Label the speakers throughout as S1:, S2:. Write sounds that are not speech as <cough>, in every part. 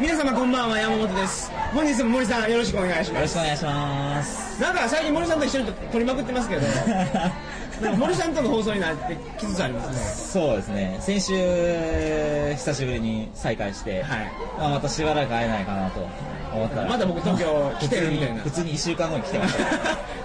S1: 皆様こんばんは山本です本日も森さんよろしくお願いし
S2: よ
S1: ま
S2: ろしく
S1: す
S2: お願いします。
S1: なんか最近森さんと一緒に撮りまくってますけどなんか森さんとの放送になってきつつありますね
S2: <laughs> そうですね。先週久しぶりに再会して、
S1: はい
S2: まあまたしばらく会えないかなと思ったら、
S1: まだ僕東
S2: <laughs>
S1: 京来てるみたいな
S2: 普通に普通に一週間後に来てました。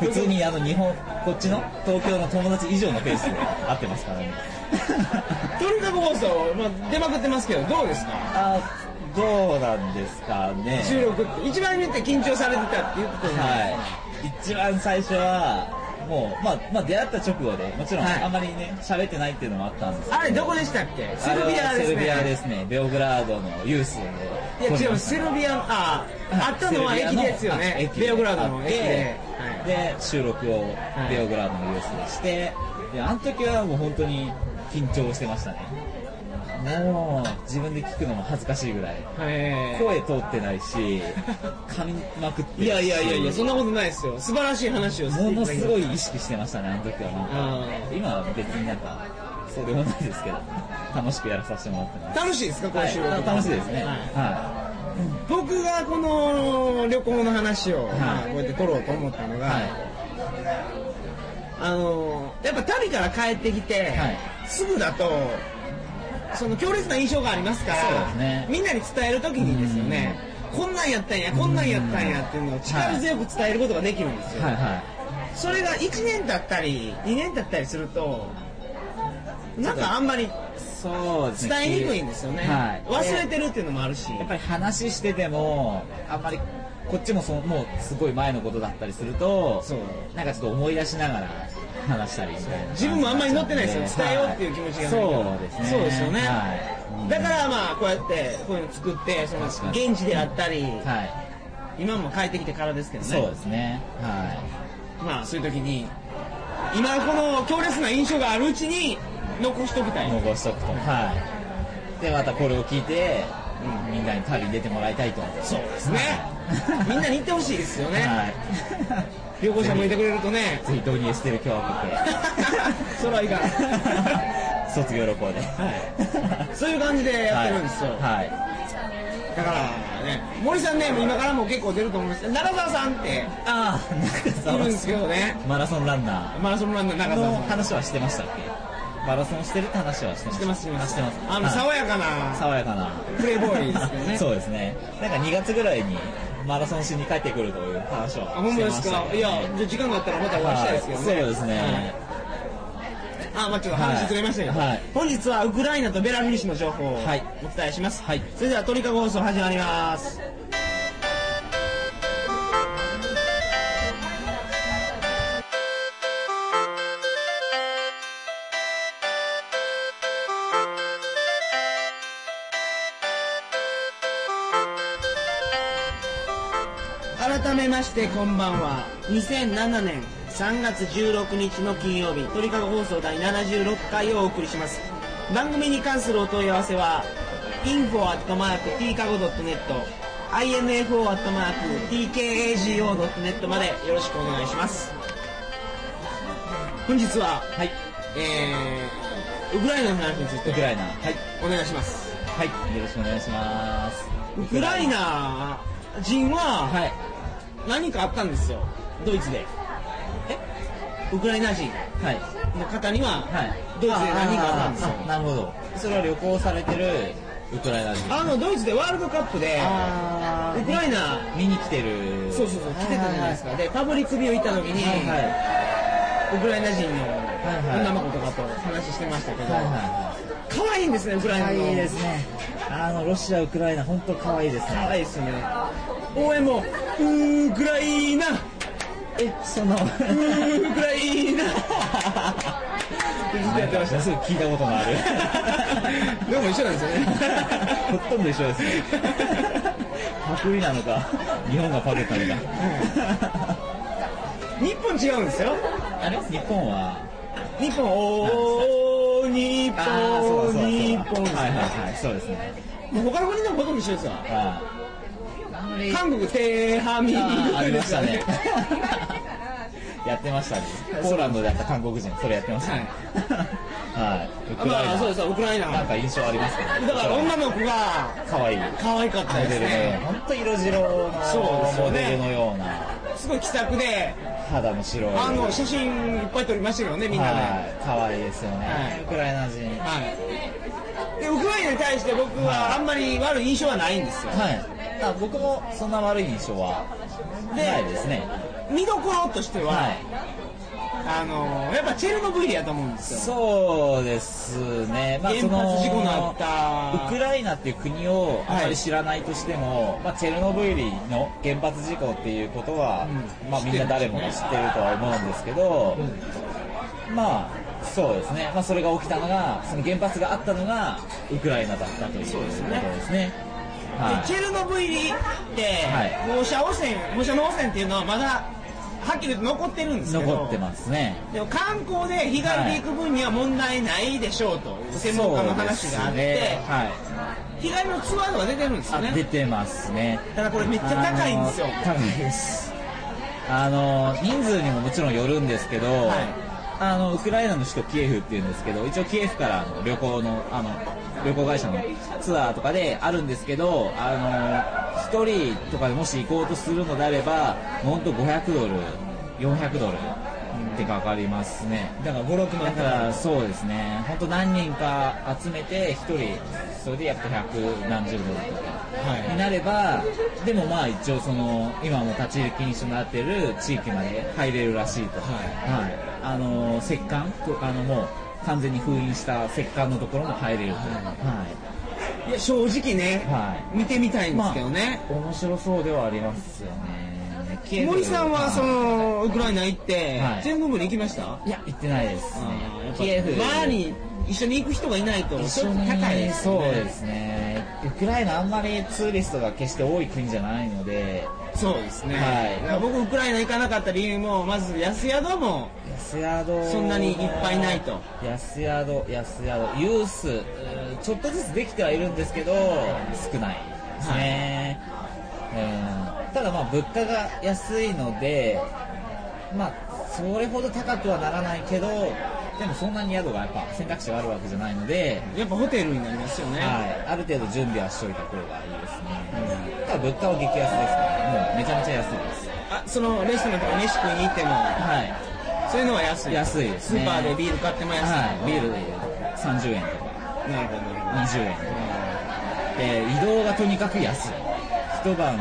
S1: <laughs>
S2: 普通にあの日本こっちの東京の友達以上のペースで会ってますか
S1: <laughs>
S2: らね。
S1: トリカゴ放送、まあ、出まくってますけどどうですか
S2: あ、どうなんですかね。
S1: 収録って一番見て緊張されてたっていうことで、
S2: はい、一番最初は、もう、まあ、まあ、出会った直後で、もちろん、
S1: はい
S2: あんまりね、喋ってないっていうのもあったんですけど、
S1: あれどこでしたっけセルビア
S2: あ
S1: です
S2: れは
S1: ね
S2: セルビアですね、ベオグラードのユース
S1: い
S2: で。
S1: や違うセルビアのああったのは駅ですよ
S2: あ
S1: ね
S2: 駅で
S1: ベオグラードの駅で
S2: あって
S1: はい
S2: で、収録を
S1: い
S2: ベオグラードのユースでして、で、あの時はもう本当に緊張してましたね。もう、自分で聞くのも恥ずかしいぐらい。
S1: えー
S2: 声通ってない
S1: <laughs>
S2: し、噛みまくってるし
S1: いやいやいやいやそんなことないですよ素晴らしい話を
S2: ものすご
S1: い
S2: い意識してましたね、あの時はなんか。今は別になんか、そうでもないですけど、楽しくやらさせてもらってます。
S1: 楽しいですかこの収録、
S2: はい楽しいですね。
S1: は
S2: はいい。
S1: 僕がこの旅行の話を、
S2: い
S1: まあこうやって撮ろうと思ったのが、
S2: は
S1: あのやっぱ旅から帰ってきて、
S2: はい
S1: すぐだとその強烈な印象がありますから
S2: そうですね
S1: みんなに伝える時にですよねこんなんやったんやこんなんやったんやっていうのを力強く伝えることができるんです
S2: い。
S1: よ、
S2: はいはい。
S1: それが1年経ったり2年経ったりするとなんかあんまり
S2: そうですね。
S1: 伝えにくいんですよね、
S2: はい。
S1: 忘れ
S2: で
S1: てるっていうのもあるし
S2: やっぱり話してても、あんまり、こっちもその、もうすごい前のことだったりすると、
S1: そう
S2: なんかちょっと思い出しながら話したりみたいな。
S1: 自分もあんまり乗ってないですよ伝えようっていう気持ちがないから
S2: はいそうですね。
S1: そうですよね
S2: はい。
S1: だからまあこうやってこういうの作ってその
S2: 確かに
S1: 現地であったり、
S2: ら、はい。
S1: 今も帰ってきてからですけどね
S2: そうですね。はい。
S1: まあそういう時に今この強烈な印象があるうちに残しときたい、
S2: 残しとくと、はい、でまたこれを聞いて、みんなに旅に出てもらいたいと
S1: そうですね
S2: はい
S1: みんなに行ってほしいですよね、
S2: は
S1: 旅行者もいてくれるとね
S2: <laughs> い、ぜひ導入してる共和国へ
S1: <laughs> それはいか
S2: <laughs> 卒業旅行で、は
S1: そういう感じでやってるんですよ、
S2: はいはい
S1: だからね森さんねもう今からも結構出ると思います奈良澤さんって
S2: ああ
S1: いるん
S2: 中
S1: で
S2: 澤
S1: すけどね
S2: マラソンランナ
S1: マラソンランナー
S2: ー
S1: 長澤
S2: の
S1: さん
S2: 話はしてましたっけマラソンしてるって話はしてま
S1: し
S2: してた
S1: ますしてま
S2: あ
S1: す
S2: してます
S1: あの
S2: はい
S1: 爽やかな
S2: 爽やかな
S1: プレイボーイですよね
S2: <laughs> そうですねなんか2月ぐらいにマラソンしに帰ってくるという話を
S1: あほん
S2: して
S1: まで
S2: ますした
S1: か
S2: けどね
S1: いやじゃあ時間があったらまたお会いしたいですけどね
S2: はいそうですね、
S1: あまあちょっと話ずれましたけど、
S2: はいはい
S1: 本日はウクライナとベラルーシの情報をお
S2: はい
S1: 伝えします、
S2: はい
S1: それではトリカゴ放送始まります改めましてこんばんは2007年3月16日の金曜日鳥かご放送第76回をお送りします番組に関するお問い合わせは info.tkago.net info.tkago.net までよろしくお願いします本日は、
S2: はい
S1: えー、ウクライナの話につい
S2: ウク
S1: て
S2: ライナはい
S1: お願いします
S2: はいよろしくお願いします
S1: ウクライナ人は
S2: はい
S1: 何かあったんですよドイツで
S2: え
S1: ウクライナ人
S2: はい
S1: の方には、
S2: はい
S1: ドイツで何かあったんですよ
S2: あなるほどそれは旅行されてるウクライナ人
S1: あのドイツでワールドカップで
S2: あ
S1: ウクライナ
S2: 見に来てる
S1: そうそうそう来てたじゃないですか、でパブリックビュー行った時に、
S2: はいはい
S1: ウクライナ人の
S2: いはい
S1: 女の子とかと話してましたけど
S2: はいは
S1: 可愛、い、んですねウクライ
S2: い
S1: ナの
S2: はいいいですねあのロシアウクライナ本当可愛いです
S1: 可
S2: ね
S1: 愛いですね応援もウクライナ
S2: えそ <laughs> の
S1: ウクライ
S2: <laughs>
S1: ナってずっとやってました
S2: すぐ聞いたことも
S1: <laughs>
S2: ある
S1: でも一緒なんですよね
S2: ほとんど一緒ですねパクリなのか日本がパクったのか
S1: 日本違うんですよ
S2: あれ日本は
S1: 日本おー日本日本
S2: はいはいはいそうですね
S1: もう他の国のことも一緒ですわ
S2: あ
S1: 韓国手はみ
S2: あありましたね <laughs>
S1: ですよ
S2: やってましたねポーランドであった韓国人それやってましたね、ははい。ウ
S1: あ
S2: クライ
S1: まあ、そうで
S2: ナ。
S1: す、ウクライナ。
S2: なん
S1: だ
S2: か印象ありますけど。
S1: から女の子が
S2: 可愛い。
S1: 可愛かった
S2: モ
S1: で
S2: デ
S1: す
S2: ルのような
S1: ね。
S2: 本当色白な
S1: そうですよ
S2: モ
S1: ね
S2: デルのような
S1: すごい気さくで、
S2: 肌の白い
S1: あの、写真いっぱい撮りましたけどね、みんなで。
S2: はい可愛いですよね、
S1: はい
S2: ウクライナ
S1: は
S2: 人
S1: い。で、ウクライナに対して僕
S2: はい
S1: はあんまり悪い印象はないんですよ。
S2: はいあ僕もそんな悪い印象はないですね
S1: 見どころとしては、
S2: はい
S1: あの、やっぱチェルノブイリやと思うんですよ。
S2: そうですね、
S1: 原発事故のあ
S2: ウ
S1: っ
S2: ク
S1: た。
S2: ライナっていう国をあまり知らないとしても、まあ、チェルノブイリの原発事故っていうことは、
S1: うん
S2: まあ、みんな誰もが知ってるとは思うんですけど、まあそうですね、まあ、それが起きたのがその原発があったのがウクライナだったということですね
S1: ね
S2: は
S1: でチ
S2: い
S1: ェルノブイリって、
S2: は
S1: 放射汚染、放射能汚染っていうのはまだ、はっきり言って残ってるんですけど。
S2: 残ってますね
S1: でも観光で日帰りで行く分には問題ないでしょうと、専門家の話があっ
S2: そう
S1: て、
S2: ですねはい
S1: 日帰りのツアーとか出てるんですよ
S2: あ出
S1: ね
S2: てますね
S1: ただこれめっちゃ高いんですよ
S2: あの高いですあの人数にももちろんよるんですけど、
S1: はい
S2: あのウクライナの首都キエフっていうんですけど一応キエフからあの旅行のあの旅行会社のツアーとかであるんですけどあの1人とかでもし行こうとするのであればもうほんと500ドル400ドルってかかりますね
S1: だから56
S2: だからそうですね本当何人か集めて1人それでやっぱ100何十ドルとかになればでもまあ一応その今も立ち入り禁止になってる地域まで入れるらしいと、
S1: はい
S2: はいあの石棺とあのもう完全に封印した石棺のところも入れると、はい
S1: い、いや正直ね、
S2: は
S1: 見てみたいんですけどね、
S2: 面白そうではありますよねキエフ
S1: 森さんはそのウクライナ行って、
S2: はい
S1: 全国に行きました
S2: いや行ってないですねキエフ
S1: 周りに一緒に行く人がいないと
S2: 一
S1: ち
S2: 緒
S1: ょっと
S2: に
S1: 高いです
S2: そ
S1: よ
S2: うで
S1: ね
S2: すねウクライナあんまりツーリストが決して多い国じゃないので
S1: そうですね、
S2: はい
S1: だから僕ウクライナ行かなかった理由もまず安宿も
S2: 安宿
S1: そんなにいっぱいないと
S2: 安宿安宿ユースうーちょっとずつできてはいるんですけど少ないですね、うんただまあ物価が安いのでまあそれほど高くはならないけどでもそんなに宿がやっぱ選択肢があるわけじゃないので、
S1: やっぱホテルになりますよね、
S2: はい、ある程度準備はしといた方がいいですね、ただ物価は激安ですからもうめちゃめちゃ安いです
S1: あそのレストランとか飯食いに行っても
S2: はい
S1: そういうのは安い
S2: 安いですね
S1: スーパーでビール買っても安い、
S2: はい、ビールで30円とか
S1: なるほどなるほど
S2: 20円とかで移動がとにかく安い一晩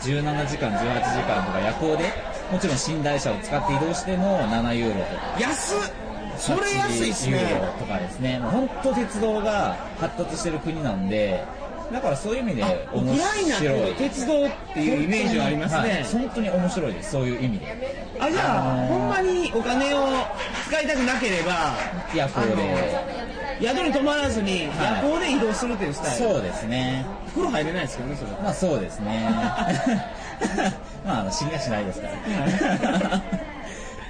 S2: 17時間18時間とか夜行でもちろん寝台車を使って移動しても7ユーロとか
S1: 安っそれ安いっす
S2: 8ユ
S1: ね
S2: ーロとかですねもう本当鉄道が発達してる国なんでだからそういう意味で
S1: あウ
S2: 面
S1: クライナっ
S2: 白
S1: て
S2: い
S1: 鉄道っていうイメージはありますね、
S2: はい本当に面白いですそういう意味で
S1: あじゃあ、
S2: あのー
S1: ほんまにお金を使いたくなければ
S2: 夜行
S1: あの
S2: で
S1: 宿に泊まらずに夜
S2: はい
S1: 行で移動するというスタイル、
S2: そうですね
S1: 風呂入れないですけどねそれ
S2: まあそうですね。 <laughs> まああの死にはしないですから。
S1: <laughs>
S2: ま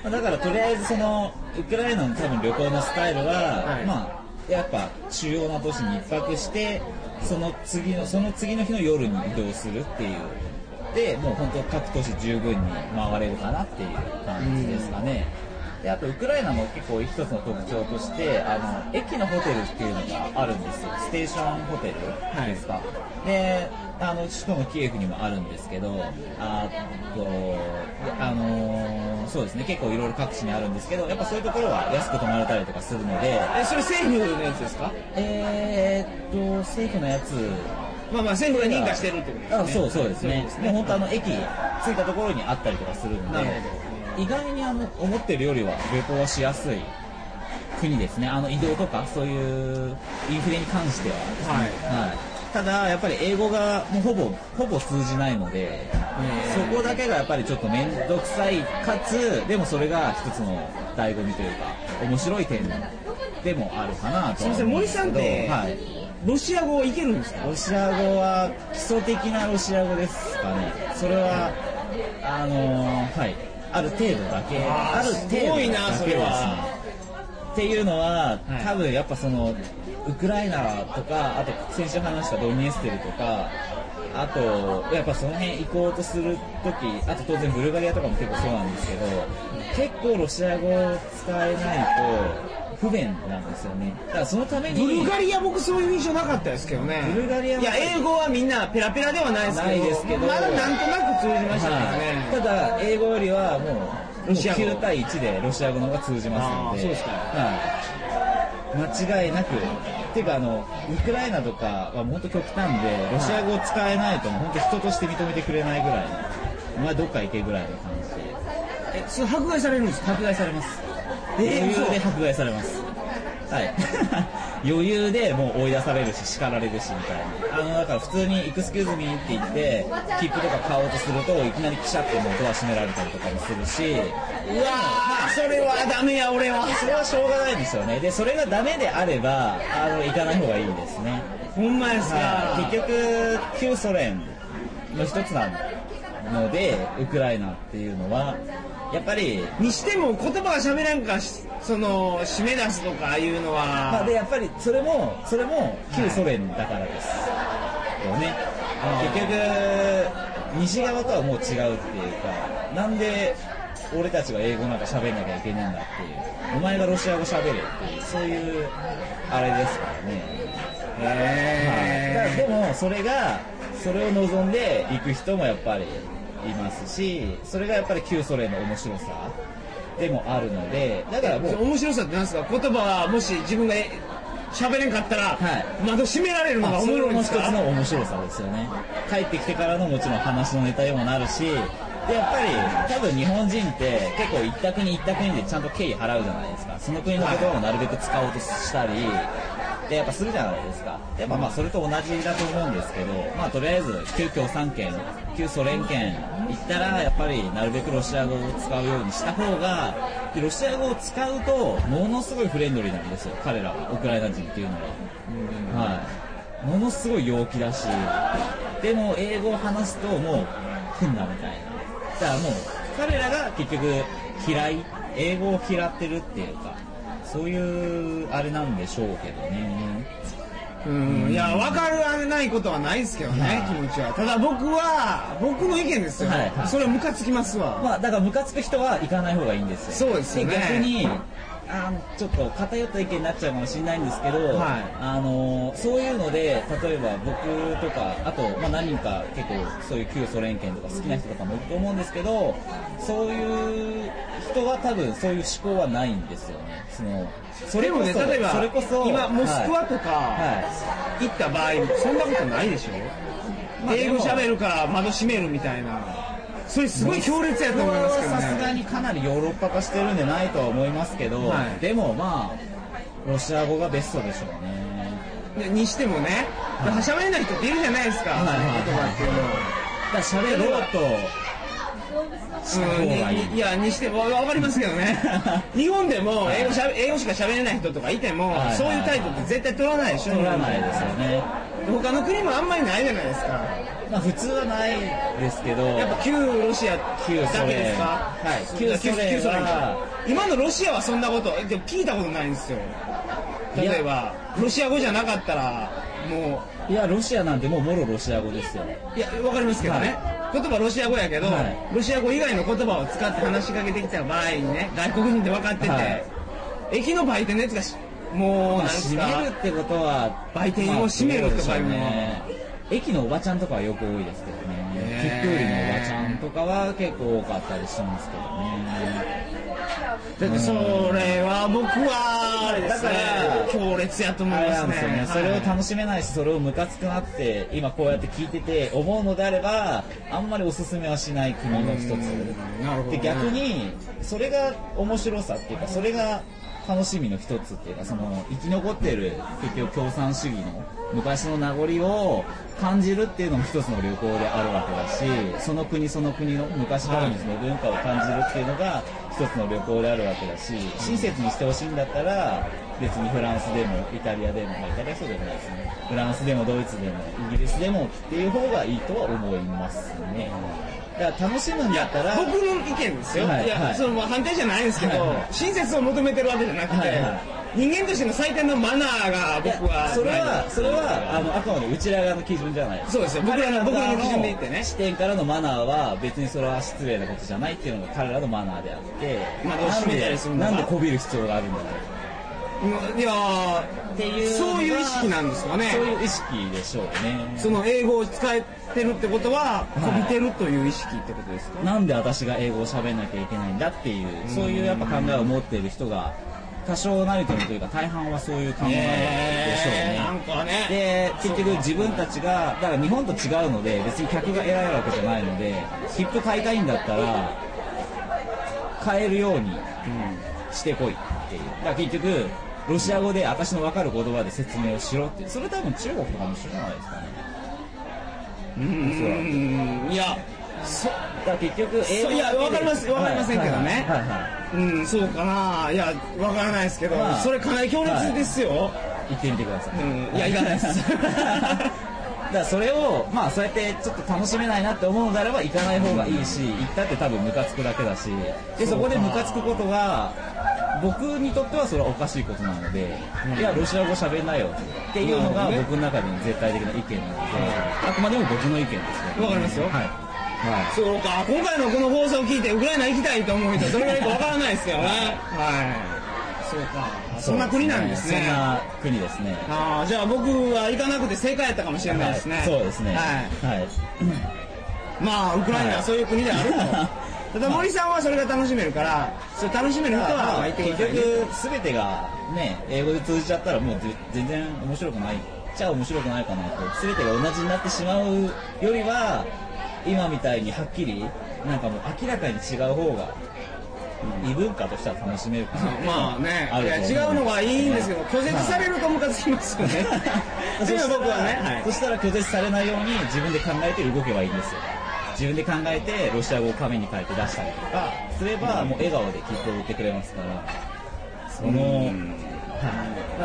S2: あだからとりあえずそのウクライナの多分旅行のスタイルは、
S1: はい
S2: まあやっぱ主要な都市に一泊してその次のその次の日の夜に移動するっていう。でもう本当各都市十分に回れるかなっていう感じですかね。であとウクライナの結構一つの特徴としてあの駅のホテルっていうのがあるんですよステーションホテル
S1: い
S2: ですか、であの首都のキエフにもあるんですけどあとあのそうですね結構いろいろ各地にあるんですけどやっぱそういうところは安く泊まれたりとかするので
S1: えそれ政府のやつですか
S2: えー、っと政府のやつ
S1: まあまあ政府が認可してるってことですね
S2: あそうそうですね
S1: そう
S2: もう本当あの駅着いたところにあったりとかするの
S1: な
S2: で
S1: る
S2: 意外にあの思ってるよりは旅行はしやすい国ですねあの移動とかそういうインフレに関してはですね、
S1: はい
S2: ただやっぱり英語がもうほぼほぼ通じないのでそこだけがやっぱりちょっと面倒くさいかつでもそれが一つの醍醐味というか面白い点でもあるかなと
S1: すいません森さんって、
S2: はい
S1: ロシア語いけるんですか
S2: ロシア語は基礎的なロシア語ですかね。それは、あのーはい。ある程度だけ。
S1: あー
S2: ある程度だけ
S1: すごいなそれは
S2: ですねっていうのは、
S1: はい
S2: 多分やっぱそのウクライナとかあと先週話したドニエステルとかあとやっぱその辺行こうとする時あと当然ブルガリアとかも結構そうなんですけど結構ロシア語を使えない不便なんですよねだからそのために
S1: ブルガリア僕そういう印象なかったですけどね
S2: ブルガリアはい
S1: や英語はみんなペラペラではないですけど
S2: ないですけど
S1: まだなんとなく通じましたからね、
S2: はい、ただ英語よりはもうも
S1: ロ
S2: う
S1: シア語
S2: 9対1でロシア語の方が通じますので
S1: あーそうですか
S2: はい、間違いなくっていうかあのウクライナとかは本当極端でロシア語を使えないともう本当人として認めてくれないぐらいお前どっか行けぐらいの感じで
S1: えそれ迫害されるんですか
S2: 迫害されます
S1: え
S2: 余
S1: ー
S2: 裕
S1: 嘘
S2: で迫害されますはい
S1: <laughs>
S2: 余裕でもう追い出されるし叱られるしみたいなあのだから普通に「エクスキューズミー」って言って切符とか買おうとするといきなりピシャってもうドア閉められたりとかもするし
S1: うわあそれはダメや俺は
S2: それはしょうがないんですよねでそれがダメであればあの行かない方がいいですね
S1: ほんまですか
S2: はい結局旧ソ連の一つなのでウクライナっていうのはやっぱり
S1: にしても言葉が喋らんかしその締め出すとかいうのは、
S2: まあ、でやっぱりそれもそれも旧ソ連だからです、よね結局西側とはもう違うっていうかなんで俺たちが英語なんか喋んなきゃいけないんだっていうお前がロシア語喋れっていうそういうあれですからね、はいだから
S1: へ
S2: でもそれがそれを望んで行く人もやっぱりいますしそれがやっぱり旧ソ連の面白さでもあるのでだからもう
S1: ー面白さってなんですか言葉はもし自分がえ喋れんかったら、
S2: は
S1: 窓閉められるの
S2: ま
S1: が
S2: あ、
S1: お
S2: そ
S1: も
S2: れ
S1: ろいん
S2: も
S1: で
S2: 一
S1: す
S2: つ
S1: か
S2: の面白さですよね帰ってきてからのもちろん話のネタにもなるしでやっぱり多分日本人って結構一択に一択にでちゃんと敬意払うじゃないですかその国の言葉もなるべく使おうとしたりでやっぱするじゃないですかやっぱまあそれと同じだと思うんですけどまあとりあえず旧共産圏旧ソ連圏行ったらやっぱりなるべくロシア語を使うようにした方がでロシア語を使うとものすごいフレンドリーなんですよ彼らはウクライナ人っていうのは。はい、ものすごい陽気だし、でも英語を話すともう来んなみたいな。だからもう彼らが結局嫌い、英語を嫌ってるっていうか、そういうあれなんでしょうけどね。
S1: うんいや分からないことはないですけどね、
S2: はい
S1: 気持ちはただ僕は僕の意見ですよ、
S2: はいはい
S1: それはムカつきますわ、
S2: まあだからムカつく人は行かない方がいいんですよ。
S1: そうですよね
S2: 逆にあーちょっと偏った意見になっちゃうかもしれないんですけど、
S1: はい
S2: あのーそういうので例えば僕とかあと、まあ、何人か結構そういう旧ソ連圏とか好きな人とかもいると思うんですけどそういう人は多分そういう思考はないんですよね。そのそ
S1: で
S2: れ
S1: も
S2: こ
S1: ね
S2: そ
S1: 例えば
S2: それこそ
S1: 今モスクワ
S2: はい
S1: とか、
S2: は
S1: 行った場合そんなことないでしょ、
S2: まあ
S1: 英
S2: でも
S1: 語喋るから窓閉めるみたいなそれすごい強烈やと思いますけど
S2: さすが
S1: ね
S2: にかなりヨーロッパ化してるんでないとは思いますけど、
S1: はい
S2: でもまあロシア語がベストでしょうね
S1: にしてもね、はしゃべれない人っているじゃないですか、
S2: はいはいはい
S1: 言葉っていうのは
S2: だから喋ろうとした
S1: うん
S2: 方がいい、
S1: にいやにしてもわかりますけど
S2: <laughs>
S1: ね日本でも
S2: はい
S1: 英語しゃべ英語しか喋れない人とかいても、
S2: はいはい
S1: そういう態度って絶対取らないでしょ
S2: 取らないですよね
S1: 他の国もあんまりないじゃないですか
S2: まあ普通はないですけど
S1: やっぱ旧ロシア
S2: 旧ソ
S1: だけ
S2: 連
S1: ですか、
S2: はい
S1: そう
S2: 旧ソ連は
S1: 旧か今のロシアはそんなことでも聞いたことないんですよ
S2: いや
S1: 例えばロシア語じゃなかったらも
S2: いやロシアなんてもうもろロシア語ですよ
S1: ういやわかりますけどね、言葉ロシア語やけど、
S2: はい
S1: ロシア語以外の言葉を使って話しかけてきた場合にね外国人って分かってて、
S2: はい
S1: 駅の売店のやつがしもうな
S2: ま
S1: ん
S2: あ
S1: です
S2: 閉
S1: か、
S2: めるってことは
S1: 売店を閉めるとかいうのは
S2: まあそうでしょうね駅のおばちゃんとかはよく多いですけどね
S1: へ
S2: き
S1: ー
S2: っくりのおばちゃんとかは結構多かったりしますけどね
S1: だってそれは僕はあれですね
S2: だから
S1: 強烈やと思
S2: あ
S1: い
S2: れ
S1: ま
S2: な
S1: す
S2: ん
S1: ね
S2: ですよね、それを楽しめないしそれをムカつくなって今こうやって聞いてて思うのであればあんまりおすすめはしない国の一つ
S1: うんなるほどね
S2: で逆にそれが面白さっていうかそれが楽しみの一つっていうかその生き残ってる結局共産主義の昔の名残を感じるっていうのも一つの旅行であるわけだしその国その国の昔からのその文化を感じるっていうのが一つの旅行であるわけだし親切にしてほしいんだったら別にフランスでもイタリアでもまあイタリアそうでもないですねフランスでもドイツでもイギリスでもっていう方がいいとは思いますねだから楽しむんだったら
S1: 僕の意見ですよ、
S2: はい
S1: い、や、
S2: はい
S1: その反対じゃないんですけど、
S2: はいはい
S1: 親切を求めてるわけじゃなくて、
S2: はいは
S1: 人間としての最低のマナーが
S2: いや
S1: 僕は
S2: それ
S1: ない
S2: は
S1: です
S2: それはあのあくまでうちら側の基準じゃない
S1: そうですよ僕らの僕らの基準で言ってね
S2: 視点からのマナーは別にそれは失礼なことじゃないっていうのが彼らのマナーであって
S1: 窓を閉めたりするのが
S2: なんでなんでこびる必要があるんだろう
S1: うんいやー
S2: っていうのが
S1: そういう意識なんですかね
S2: そういう意識でしょうね
S1: その英語を使えてるってことは
S2: はい
S1: こびてるという意識ってことですか、
S2: なんで私が英語を喋んなきゃいけないんだっていうそういうやっぱ考えを持っている人が多少なりともというか大半はそういう考えでしょうね、
S1: なんかね
S2: で結局自分たちがだから日本と違うので別に客が偉いわけじゃないので切符買いたいんだったら買えるようにしてこいっていうだから結局ロシア語で私の分かる言葉で説明をしろってそれ多分中国とかも一緒じゃないですかね
S1: うんうんうんいやそ
S2: だから結局英語
S1: そういやわかりますわかりませんけどね
S2: はいはいはい
S1: うんそうかないやわからないですけど、
S2: まあ
S1: それかなり強烈ですよ、
S2: 行ってみてください、
S1: うんいや行かないです
S2: <laughs> だからそれをまあそうやってちょっと楽しめないなって思うのであれば行かない方がいいし、行ったって多分ムカつくだけだしでそこでムカつくことが僕にとってはそれはおかしいことなので、いやロシア語喋んなよっていうのが
S1: なるほどね
S2: 僕の中での絶対的な意見なので、あくまでも僕の意見ですよ
S1: わかりますよ
S2: はい、はい
S1: そうか今回のこの放送を聞いてウクライナ行きたいと思う人はどれぐらいかわからないですよねはいそうかそんな国なんですね
S2: そんな国ですね
S1: ああじゃあ僕は行かなくて正解やったかもしれないですね、
S2: はいそうですね
S1: はい
S2: はい
S1: まあウクライナはそういう国であると、 <laughs>
S2: はい
S1: ただ森さんはそれが楽しめるからそれ楽しめる人は
S2: まあ
S1: 行ってくだ
S2: 結
S1: さいね
S2: 局全てがね英語で通じちゃったらもうぜ全然面白くないっちゃ面白くないかなと全てが同じになってしまうよりは今みたいにはっきりなんかもう明らかに違う方が異文化としては楽しめるかなっていうのは
S1: <laughs> まあね
S2: る
S1: い
S2: と
S1: や違
S2: 思
S1: うのがいいんですけど拒絶されるとムカつきますよね <laughs>
S2: そ
S1: って
S2: し
S1: いう
S2: た
S1: の
S2: ら
S1: は僕はね、はい
S2: そしたら拒絶されないように自分で考えて動けばいいんですよ自分で考えてロシア語を紙に書いて出したりとかすればもう笑顔できっと売ってくれますからその、はいまあ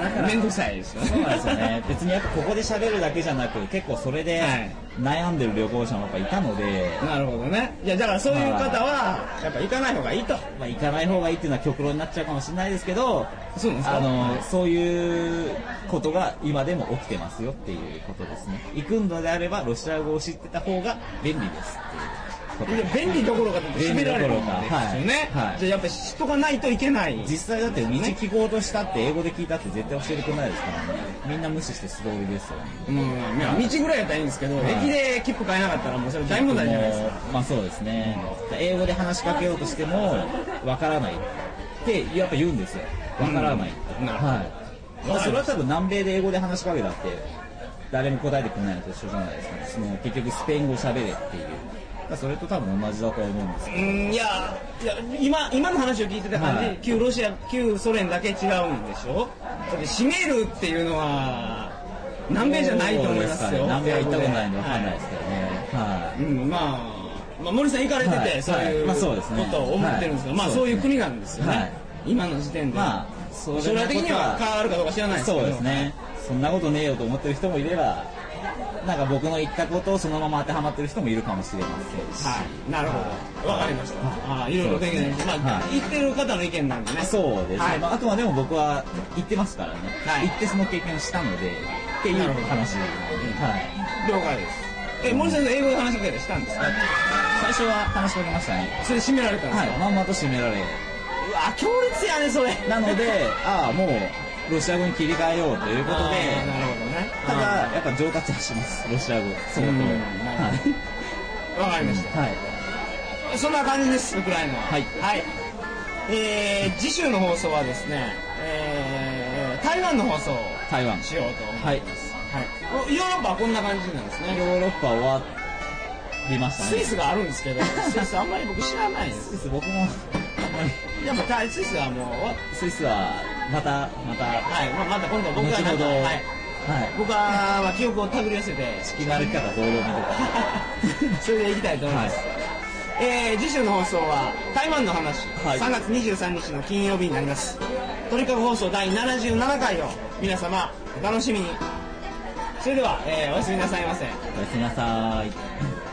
S2: だから
S1: 面倒くさいですよね
S2: そうなんです
S1: <laughs>
S2: よね別にやっぱここで喋るだけじゃなく結構それで
S1: はい
S2: 悩んでる旅行者もやっぱいたので、
S1: なるほどねいやだからそういう方はやっぱ行かない方がいいと
S2: まあ、行かない方がいいっていうのは極論になっちゃうかもしれないですけど
S1: そうなんですか
S2: あのそういうことが今でも起きてますよっていうことですね行くのであればロシア語を知ってた方が便利ですって
S1: い
S2: いう
S1: や
S2: こと
S1: 便利どころかと閉められるんですよ
S2: 便利
S1: ね
S2: ど、ころかはいはい
S1: じゃあやっぱ人がないといけない
S2: 実際だって道聞こうとしたって英語で聞いたって絶対教えてくれないですからねみんな無視して素通りですよね
S1: うん、いや道ぐらいやったらいいんですけど、
S2: はい
S1: 駅で切符買えなかったらもうそれ大問題じゃないですか
S2: まあそうですね、英語で話しかけようとしてもわからないってやっぱ言うんですよわからないって、
S1: うんなるほど
S2: はいまあ、それは多分南米で英語で話しかけたって誰も答えてくれないのと一緒じゃないですか、ね、その結局スペイン語喋れっていうまあそれと多分同じだとは思うんですけ
S1: うんいやいや今今の話を聞いてた感じ、
S2: はい
S1: 旧ロシア旧ソ連だけ違うんでしょだって閉めるっていうのは南米じゃないと思いますよ
S2: そうでかね南米は行ったことないんでわかんない
S1: は
S2: ですけどねはい
S1: うんまあまあ、森さん行かれてて、
S2: はい
S1: そうい
S2: は
S1: う
S2: いまあそうですね
S1: ことを思ってるんですけど、
S2: は
S1: ま
S2: い
S1: あ
S2: そ
S1: そうう
S2: ですね
S1: いう国なんですよね、
S2: はい
S1: 今の時点
S2: い
S1: で、
S2: まあそれの
S1: 将来的には変わるかどうか知らないですけど
S2: そうですねそんなことねえよと思ってる人もいればなんか僕の言ったことをそのまま当てはまってる人もいるかもしれませんし、
S1: はい、なるほど、わかりました、
S2: はい
S1: あいろいろ勉強になりました、まあ
S2: はい
S1: 言ってる方の意見なんでね、
S2: そうですね、
S1: はい
S2: まあ、あくまでも僕は行ってますからね、
S1: はい
S2: 行ってその経験をしたのでっていう
S1: なるほど
S2: 話なんで、はい、
S1: 了解です。え、森さんの英語で話しかけたりしたんですか
S2: 最初は話しかけましたね
S1: それ締められたんです
S2: は
S1: か、
S2: いまんまと締められ
S1: うわ、強烈やね、それ。
S2: なのでああもうロシア語に切り替えようというこ
S1: あ
S2: とで
S1: ーなるほどね。
S2: ただやっぱ上達はしますロシア語相当
S1: うん
S2: はい
S1: あー、わかりました。
S2: はい
S1: そんな感じです、ウクライナは。
S2: はい
S1: えー、次週の放送はですね、えー、台湾の放送を
S2: 台湾
S1: しようと思います。はい。おヨーロッパはこんな感じなんです
S2: ヨ
S1: ね。
S2: ーロッパ終わりました
S1: ス
S2: ね
S1: イスがあるんですけど、スイスあんまり僕知らないです
S2: ス。イス僕もあんまり
S1: でも、タイスイスはもう、
S2: スイスはまたまた
S1: はい、まあ、また今度は
S2: 後
S1: 僕がな
S2: ほ
S1: ん
S2: ど
S1: か、
S2: は
S1: はいい、僕は記憶を手繰り寄せて、
S2: 地球の歩き方同様にとか
S1: <laughs> それでいきたいと思います、えー次週の放送は台湾の話、
S2: はい
S1: 3月23日の金曜日になります鳥かご放送第77回を皆様お楽しみにそれでは、えーおやすみなさいませ
S2: おやすみなさい